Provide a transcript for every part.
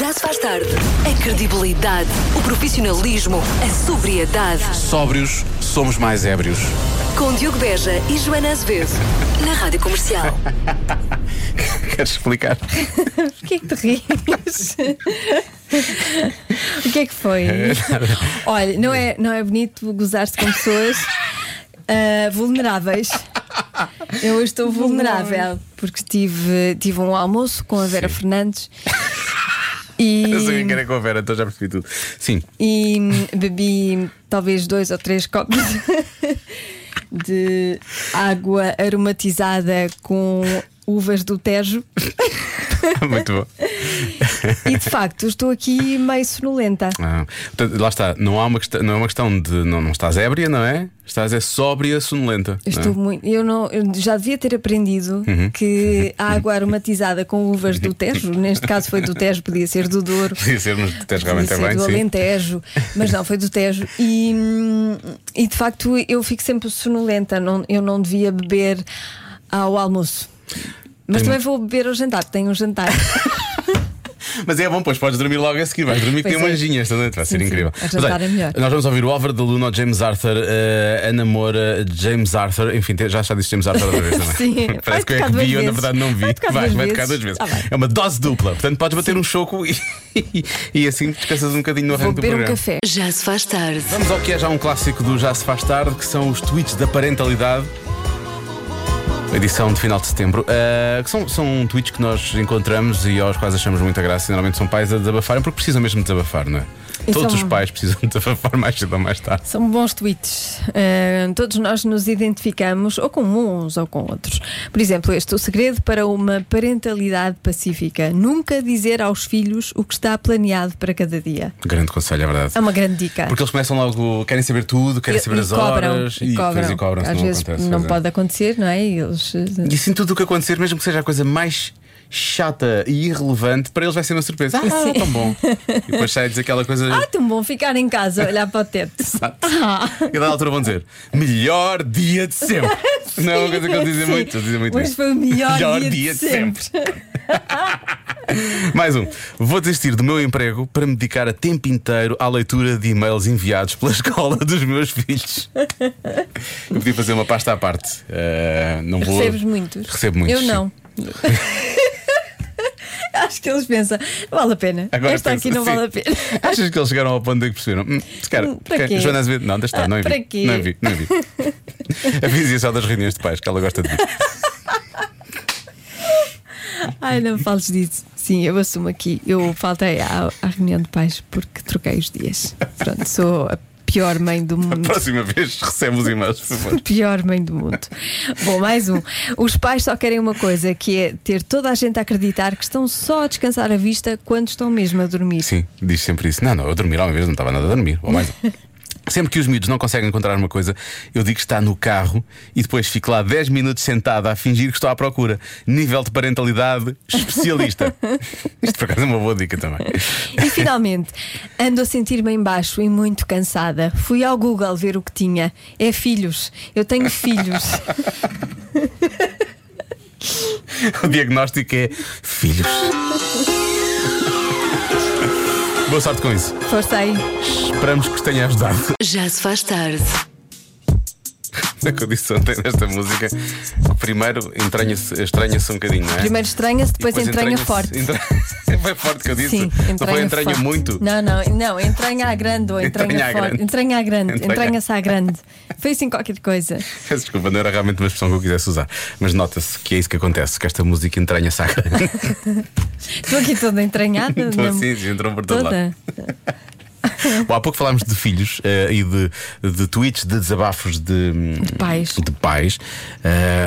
Já se faz tarde. A credibilidade, o profissionalismo, a sobriedade. Sóbrios, somos mais ébrios. Com Diogo Beja e Joana Azevedo. Na Rádio Comercial. Queres explicar? Porquê que te rires? o que é que foi? Olha, não é, não é bonito gozar-se com pessoas ah, vulneráveis. Eu hoje estou vulnerável porque tive, tive um almoço com a Vera Fernandes e, Eu sabia que era com a Vera, então já percebi tudo. Sim, e bebi talvez dois ou três copos de água aromatizada com uvas do Tejo. muito bom. E de facto, estou aqui meio sonolenta. Ah, portanto, lá está, não, há uma questão, não é uma questão de. Não, não estás ébria, não é? Estás é sóbria, sonolenta. é? Eu Estou muito. Eu, não, eu já devia ter aprendido Uhum. que a água aromatizada com uvas do Tejo, neste caso foi do Tejo, podia ser do Douro. Podia ser, mas tu tens realmente podia é ser bem, do sim. Alentejo, mas não, foi do Tejo. E, hum, e de facto eu fico sempre sonolenta, não, eu não devia beber ao almoço. Mas também vou beber ao jantar, tenho um jantar. Mas é bom, pois podes dormir logo a seguir, vais dormir que Pois tem uma é. anjinha esta noite, vai ser Sim, sim. incrível. A jantar é melhor. Nós vamos ouvir o Álvaro de Luna, o James Arthur, eh, a namora James Arthur, enfim, te- já já disse James Arthur outra vez também. Sim, vai Parece que eu é tocar que duas vi, eu na vezes. verdade não vi. Vai tocar vai, duas vai vezes. tocar duas vezes. Tá bem. é uma dose dupla, portanto podes bater um choco e, e assim descansas um bocadinho no vou arranque do beber um programa. café. Já se faz tarde. Vamos ao que é já um clássico do Já Se Faz Tarde, que são os tweets da parentalidade. Edição de final de setembro. Ah, que são, são tweets que nós encontramos e aos quais achamos muita graça. E Normalmente são pais a desabafarem, porque precisam mesmo desabafar, não é? E Todos são- os pais precisam desabafar mais cedo ou mais tarde. São bons tweets. Ah, todos nós nos identificamos ou com uns ou com outros. Por exemplo, este: o segredo para uma parentalidade pacífica. Nunca dizer aos filhos o que está planeado para cada dia. Grande conselho, é verdade. É uma grande dica. Porque eles começam logo, querem saber tudo, querem saber as horas e depois cobram. e cobram Às vezes é. não pode acontecer, não é? E Eles, eh, E assim tudo o que acontecer, mesmo que seja a coisa mais chata e irrelevante, para eles vai ser uma surpresa. Ah, Sim. tão bom. E depois sai a dizer aquela coisa. Ah, tão bom ficar em casa, olhar para o teto. Ah. E da altura vão dizer Melhor dia de sempre Não é uma coisa que eles dizem Sim. muito Eles dizem muito Hoje isso. foi o melhor, dia, de sempre. Mais um Vou desistir do meu emprego Para me dedicar a tempo inteiro À leitura de e-mails enviados Pela escola dos meus filhos Eu podia fazer uma pasta à parte Eh, Não vou Recebes muitos? Recebo muitos Eu não. sim. Acho que eles pensam, não vale a pena. Agora Esta penso- aqui não sim. vale a pena. Achas que eles chegaram ao ponto de que perceberam? Hum, se calhar, Hum, para quem- quê? Joana Azevedo, não, deixa estar, Ah, não para envio. quê? Não envio, não envio. Avisia só das reuniões de pais, que ela gosta de vir. Ai, não fales disso. Sim, eu assumo aqui. Eu faltei à, à reunião de pais porque troquei os dias. Pronto, sou a pior mãe do mundo. Próxima vez recebe os e-mails, por favor. Pior mãe do mundo. Bom, mais um. Os pais só querem uma coisa, que é ter toda a gente a acreditar que estão só a descansar a vista quando estão mesmo a dormir. Sim, diz sempre isso. Não, não, eu dormi lá uma vez, não estava nada a dormir. Ou mais. um. Sempre que os miúdos não conseguem encontrar uma coisa, eu digo que está no carro e depois fico lá 10 minutos sentado a fingir que estou à procura. Nível de parentalidade especialista. Isto por acaso é uma boa dica também. E finalmente, ando a sentir-me em baixo e muito cansada. Fui ao Google ver o que tinha. É filhos. Eu tenho filhos. O diagnóstico é filhos. Boa sorte com isso. Força aí. Esperamos que os tenha ajudado. É Já se faz tarde. Na condição desta música, o primeiro entranha-se- estranha-se um bocadinho, não é? Primeiro estranha-se, depois, entranha forte. entranha Foi forte É que eu disse. Sim, não foi entranha entranha forte. muito. Não, não, não, entranha à grande ou entranha, Entranha à forte. grande. Entranha à grande, Entranha. entranha-se à grande. Foi assim qualquer coisa. Peço desculpa, não era realmente uma expressão que eu quisesse usar. Mas nota-se que é isso que acontece, que esta música entranha saca. Estou aqui toda entranhada. Estou não- assim, sim, entrou por todo lado. toda. Bom, há pouco falámos de filhos eh, e de, de tweets, de desabafos de, De pais. de pais.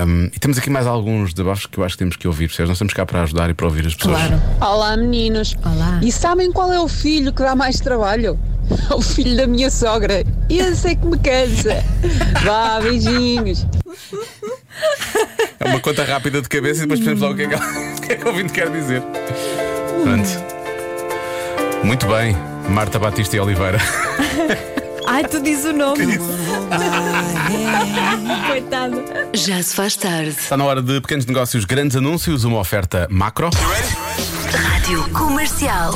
Ahm, e temos aqui mais alguns desabafos que eu acho que temos que ouvir, percebes? Nós estamos cá para ajudar e para ouvir as pessoas. Claro. Olá meninos. Olá. E sabem qual é o filho que dá mais trabalho? É o filho da minha sogra. Esse é que me cansa. Vá, beijinhos. É uma conta rápida de cabeça e depois percebemos logo o que é que, ela- o que, é que o ouvinte quer dizer. Pronto. Muito bem, Marta Batista e Oliveira. Ai, tu diz o nome. Coitado. Já se faz tarde. Está na hora de pequenos negócios, grandes anúncios, uma oferta macro. Rádio Comercial.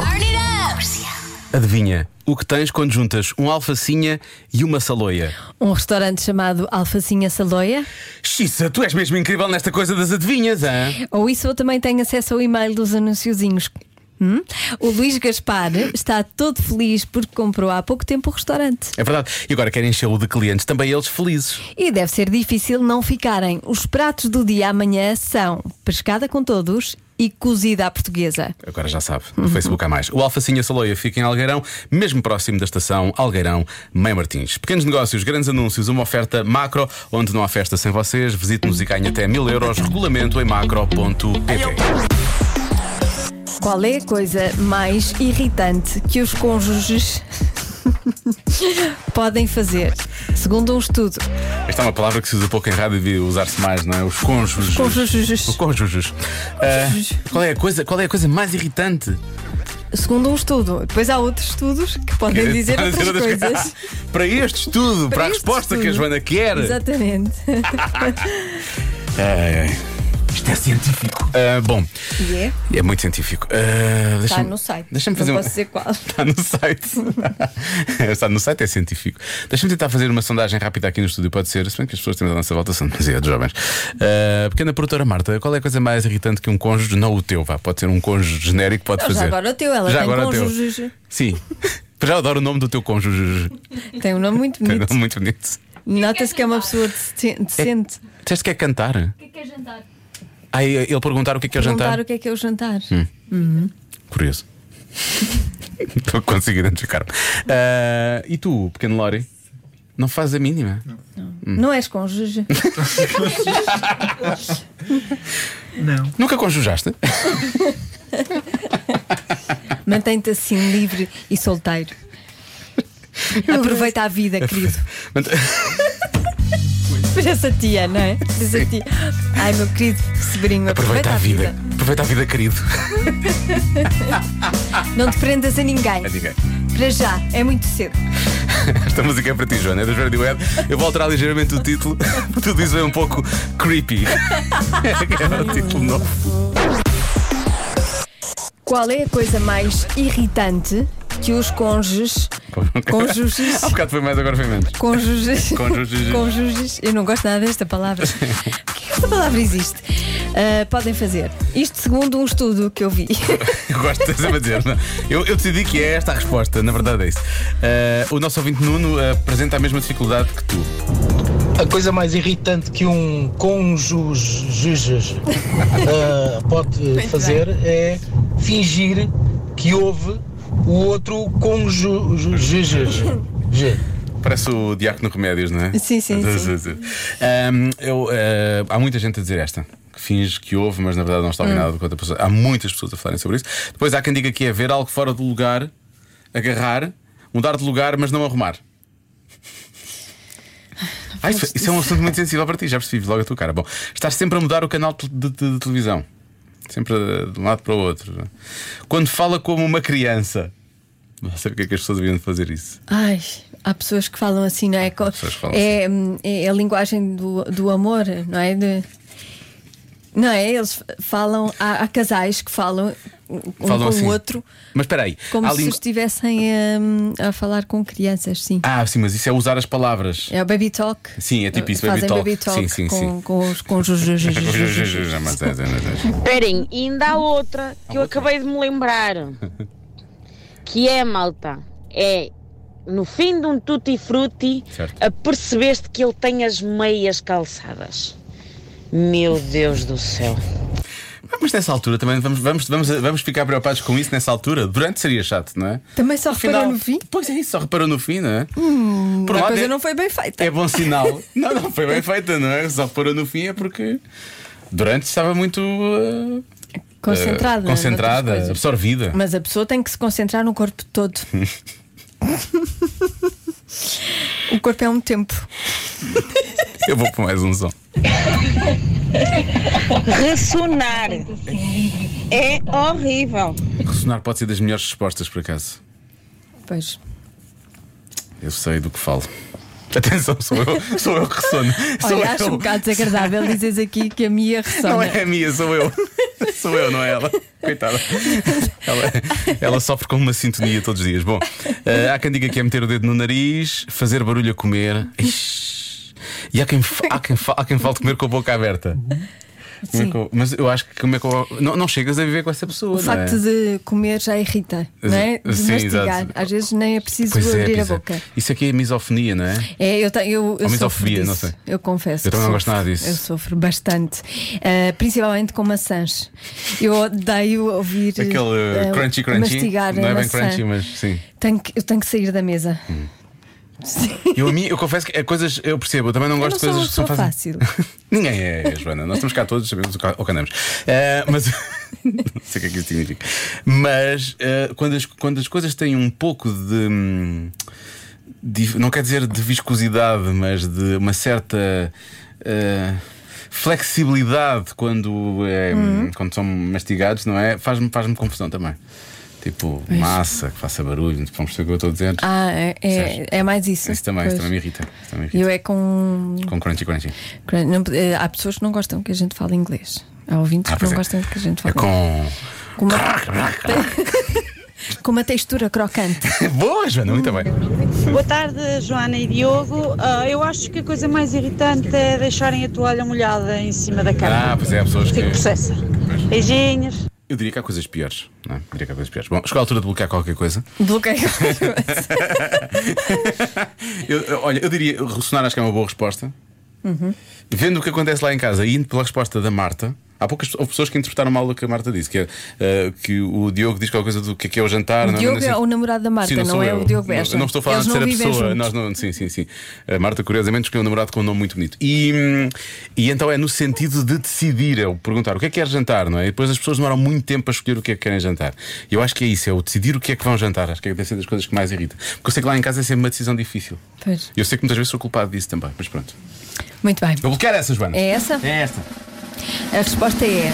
Adivinha o que tens quando juntas um alfacinha e uma saloia? Um restaurante chamado Alfacinha Saloia. Xissa, tu és mesmo incrível nesta coisa das adivinhas, hã? Ou isso eu também tenho acesso ao e-mail dos anunciozinhos. Hum? O Luís Gaspar está todo feliz porque comprou há pouco tempo o restaurante. É verdade. E agora querem encher o de clientes, também eles felizes. E deve ser difícil não ficarem. Os pratos do dia amanhã são pescada com todos e cozida à portuguesa. Agora já sabe, no Facebook há mais. O Alfacinha Saloia fica em Algueirão, mesmo próximo da estação Algueirão, Mãe Martins. Pequenos negócios, grandes anúncios, uma oferta macro, onde não há festa sem vocês. Visite-nos e ganhe até mil euros. Regulamento em macro.pt. Qual é a coisa mais irritante que os cônjuges podem fazer? Segundo um estudo, Esta é uma palavra que se usa pouco em rádio e devia usar-se mais, não é? Os cônjuges. Os cônjuges. Os cônjuges. Ah, qual, é a coisa, qual é a coisa mais irritante? segundo um estudo, depois há outros estudos que podem dizer outras coisas. Para este estudo, para, a este resposta que a estudo. Joana quer. Exatamente. Ai, ai. Isto é científico. Ah, bom, E é? é muito científico. Ah, deixa-me- Está no site. Deixa-me fazer Tá, não uma- posso dizer qual. Está no site. Está no site, é científico. Deixa-me tentar fazer uma sondagem rápida aqui no estúdio, pode ser, se bem que as pessoas têm a nossa volta, são demasiado jovens. Ah, pequena produtora Marta, qual é a coisa mais irritante que um cônjuge, não o teu, vá, pode ser um cônjuge genérico, pode Não, já fazer. agora o teu, ela tem o teu. cônjuges. Sim. Já adoro o nome do teu cônjuge. Tem um nome muito Tem um bonito. nome muito bonito. Nota-se que é uma pessoa decente. decente. Disseste que é cantar? O que é, jantar? Aí ele perguntar o que é, que é jantar. Hum, Perguntar o que é que é o jantar. Curioso. Estou conseguindo identificar. Ah, e tu, pequeno Lori? Não fazes a mínima? hum. Não és cônjuge. Não. Nunca conjugaste? Mantém-te assim livre e solteiro. Aproveita a vida, querido. Parece a tia, não é? Parece a tia. Ai, meu querido sobrinho, aproveita, Aproveita a vida. Aproveita a vida, querido. Não te prendas a ninguém. A ninguém. Para já, é muito cedo. Esta música é para ti, Joana, é da Joana de Web. Eu vou alterar ligeiramente o título, porque tu dizes é um pouco creepy. é o título novo. Qual é a coisa mais irritante que os cônjuges. cônjuges. Há bocado foi mais, agora foi menos. cônjuges. Cônjuges. cônjuges. Eu não gosto nada desta palavra. Por que esta palavra existe? Ah, podem fazer. Isto segundo um estudo que eu vi. Eu gosto de sempre dizer. não? é? Eu, eu decidi que é esta a resposta, na verdade é isso. Ah, o nosso ouvinte Nuno ah, apresenta a mesma dificuldade que tu. A coisa mais irritante que um cônjuge ah, pode fazer é fingir que houve o outro cônjuge. Parece o Diácono Remédios, não é? Sim, sim, sim. Ahm, eu, ah, há muita gente a dizer esta. Que finge que houve, mas na verdade não está nada Hum. com outra pessoa. Há muitas pessoas a falarem sobre isso. Depois há quem diga que é ver algo fora do lugar, agarrar, mudar de lugar, mas não arrumar. Ah, isso, isso é um assunto muito sensível para ti, já percebi logo a tua cara. Bom, estás sempre a mudar o canal de, de- de- de televisão, sempre eh, de um lado para o outro. Quando fala como uma criança, não sei porque é que as pessoas deviam fazer isso. Ai, há pessoas que falam assim, não é? Co- pessoas que falam assim. é, hum, é a linguagem do, do amor, não é? De- não é? Eles falam, há, há casais que falam um Falam com assim. o outro Mas espera aí. como há se lingu- estivessem hum, a, falar com crianças, sim. Ah, sim, mas isso é usar as palavras. É o baby talk. Sim, é tipo isso, baby Fazem talk. baby talk Sim, sim, com, sim. com os cônjuges. Mas é, é, é, é. Esperem, ainda há outra que eu acabei de me lembrar. Que é, malta, é no fim de um tutti frutti Certo. apercebeste que ele tem as meias calçadas. Meu Deus do céu. Ah, Mas nessa altura também vamos, vamos, vamos, vamos ficar preocupados com isso nessa altura. Durante seria chato, não é? Também só reparou Afinal- no fim. Hum, Pois é isso, só reparou no fim, não é? Por um A lado coisa é, não foi bem feita. é bom sinal. não, não foi bem feita, não é? Só reparou no fim é porque durante estava muito uh, Concentrada. noutras eh, concentrada, é coisas. absorvida. Mas a pessoa tem que se concentrar no corpo todo. o corpo é um tempo. Eu vou pôr mais um som. Ressonar. É horrível. Ressonar pode ser das melhores respostas, por acaso. Pois. Eu sei do que falo. Atenção, sou eu, sou eu que ressono. sou Olha, acho eu. um bocado desagradável dizes aqui que a minha ressona. Não é a é minha, sou eu. Sou eu, não é ela? Coitada. Ela, ela sofre com uma sintonia todos os dias. Bom, eh, há quem diga que é meter o dedo no nariz, fazer barulho a comer. Ixi. E há quem, fa- há, quem fa- há quem fale comer com a boca aberta. Comer com- Mas eu acho que comer com a- não, não chegas a viver com essa pessoa. O não facto é? de comer já irrita, não é? De Sim, mastigar. exato. Às vezes nem é preciso Pois é, abrir a pois é. boca. Isso aqui é misofonia, não é? É, eu, te- eu, eu Ou sofro misofobia, disso. não sei. Eu confesso. Eu também que não gosto sofro. nada disso. Eu sofro bastante. Ah, principalmente com maçãs. Eu odeio ouvir. Aquele eh, ah, crunchy crunchy. Mastigar não a é bem maçã. crunchy, mas Hum. sim. Tenho que, eu tenho que sair da mesa. Eu, a mim, eu confesso que é coisas, eu percebo, eu também não Eu gosto não de sou uma coisas que são pessoa fáceis. fácil. Ninguém é, Joana. Nós estamos cá todos, sabemos o que o que andamos. Eh, mas. não sei o que é que isso significa. Mas eh, quando, as, quando as coisas têm um pouco de. hum, de- não quer dizer de viscosidade, mas de uma certa. eh, Flexibilidade quando, é, Uhum. quando são mastigados, não é? Faz-me faz confusão também. Tipo, massa, que faça barulho, não perceber o que eu estou a dizer. Ah, é, Sabes? é, é mais isso. isso, também, isso Pois. também me irrita. Isso também me irrita. Eu é com. Com crunchy crunchy. cran- não- eh, há pessoas que não gostam que a gente fale inglês. Há ouvintes Ah, que pois não é. gostam que a gente É fale com. com, uma, com uma textura crocante. Boa, Joana, muito bem. Boa tarde, Joana e Diogo. Ah, eu acho que a coisa mais irritante é deixarem a toalha molhada em cima da cama. Ah, pois é, há pessoas que. Fico possessa. Beijinhos. Eu diria que há coisas piores. Não é? Diria que há coisas piores. Bom, chegou a altura de bloquear qualquer coisa. Bloqueio. Eu- eu- olha, eu diria, ressonar acho que é uma boa resposta. Vendo o que acontece lá em casa e indo pela resposta da Marta. Há poucas houve pessoas que interpretaram mal o que a Marta disse, que, é, eh, que o Diogo diz qualquer coisa do que é, que é o jantar. O não é? Diogo Mas, é assim, o namorado da Marta, Sim, não, sou é eu. o Diogo Não- Beja. eu Não estou a falar Eles de não ser a vivem pessoa. juntos. Nós não, sim, sim, sim. A Marta, curiosamente, escolheu um namorado com um nome muito bonito. E, hum, e então é no sentido de decidir, é o perguntar o que é que quer jantar, não é? E depois as pessoas demoram muito tempo a escolher o que é que querem jantar. E eu acho que é isso, é o decidir o que é que vão jantar. Acho que é deve ser das coisas que mais irrita. Porque eu sei que lá em casa é sempre uma decisão difícil. Pois. E eu sei que muitas vezes sou culpado disso também, mas pronto. Muito bem. Vou bloquear essa, Joana. É essa? É esta. A resposta é.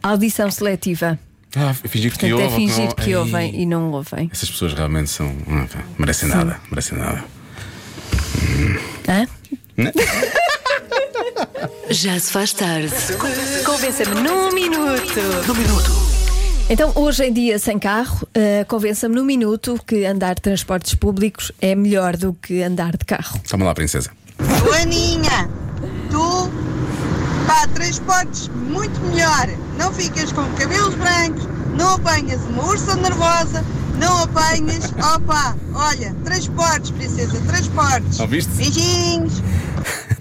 Audição seletiva. Ah, fingir que Portanto, ouvem. é fingir não- que Ei. ouvem e não ouvem. Essas pessoas realmente são. não, pá, merecem nada, merecem nada. Hã? Já se faz tarde. Convença-me num minuto. Num minuto. Então, hoje em dia, sem carro, eh, convença-me no minuto que andar de transportes públicos é melhor do que andar de carro. Toma lá, princesa. Joaninha, tu pá, transportes muito melhor. Não ficas com cabelos brancos, não apanhas uma ursa nervosa, não apanhas. Opa, olha, transportes, princesa, transportes. Ouviste? Beijinhos.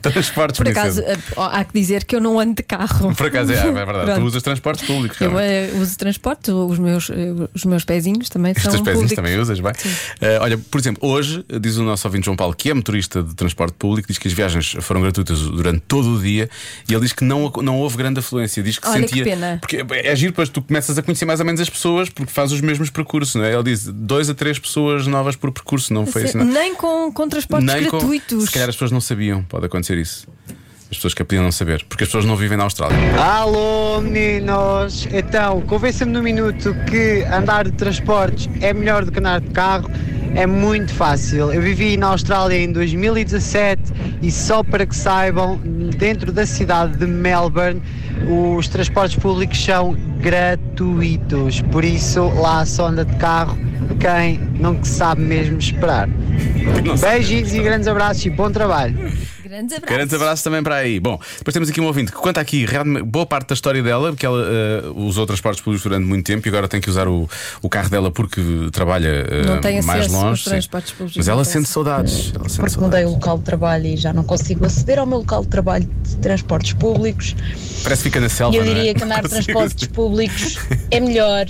Transportes, Por princesa. acaso, eh, ó, há que dizer que eu não ando de carro. Por acaso é, é verdade. Pronto. Tu usas transportes públicos. Eu realmente. eh, uso transporte, os meus, eh, os meus pezinhos também Os são teus pezinhos públicos. também usas, bem? Eh, olha, por exemplo, hoje, eh, diz o nosso ouvinte João Paulo, que é motorista de transporte público, diz que as viagens foram gratuitas durante todo o dia e ele diz que não, não houve grande afluência. Diz que Olha que sentia. pena. Porque é giro, depois tu começas a conhecer mais ou menos as pessoas porque faz os mesmos percursos, não é? Ele diz dois a três pessoas novas por percurso, não foi assim? não. Nem com, com transportes com- gratuitos. Se calhar as pessoas não sabiam, pode acontecer isso. As pessoas que podiam não saber, porque as pessoas não vivem na Austrália. Alô meninos, então convença-me no minuto que andar de transportes é melhor do que andar de carro, é muito fácil. Eu vivi na Austrália em 2017 e só para que saibam, dentro da cidade de Melbourne, os transportes públicos são gratuitos, por isso lá só anda de carro quem não sabe mesmo esperar. Beijinhos e grandes abraços e bom trabalho. Grandes abraços. Grandes abraços também para aí. Bom, depois temos aqui um ouvinte que conta aqui realmente boa parte da história dela, porque ela eh, usou transportes públicos durante muito tempo e agora tem que usar o, o carro dela porque trabalha eh, Não tem mais acesso aos longe. sim. transportes públicos, Mas não ela tem sente acesso. saudades. Ela sente porque mudei o saudades. local de trabalho e já não consigo aceder ao meu local de trabalho de transportes públicos. Parece que fica na selva. E eu não é? diria que andar de Não consigo transportes públicos é melhor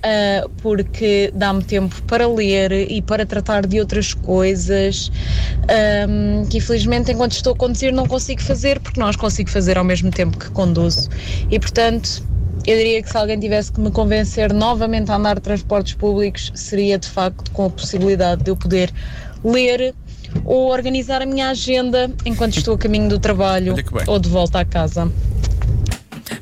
ah, porque dá-me tempo para ler e para tratar de outras coisas ahm, que infelizmente enquanto estou a conduzir não consigo fazer porque nós consigo fazer ao mesmo tempo que conduzo. E portanto eu diria que se alguém tivesse que me convencer novamente a andar de transportes públicos seria de facto com a possibilidade de eu poder ler ou organizar a minha agenda enquanto estou a caminho do trabalho Olha que bem. ou de volta à casa.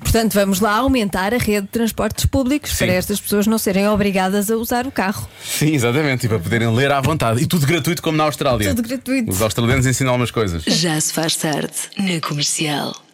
Portanto, vamos lá aumentar a rede de transportes públicos Sim. para estas pessoas não serem obrigadas a usar o carro. Sim, exatamente. E para poderem ler à vontade. E tudo gratuito, como na Austrália. Tudo gratuito. Os australianos ensinam algumas coisas. Já se faz tarde. Na comercial.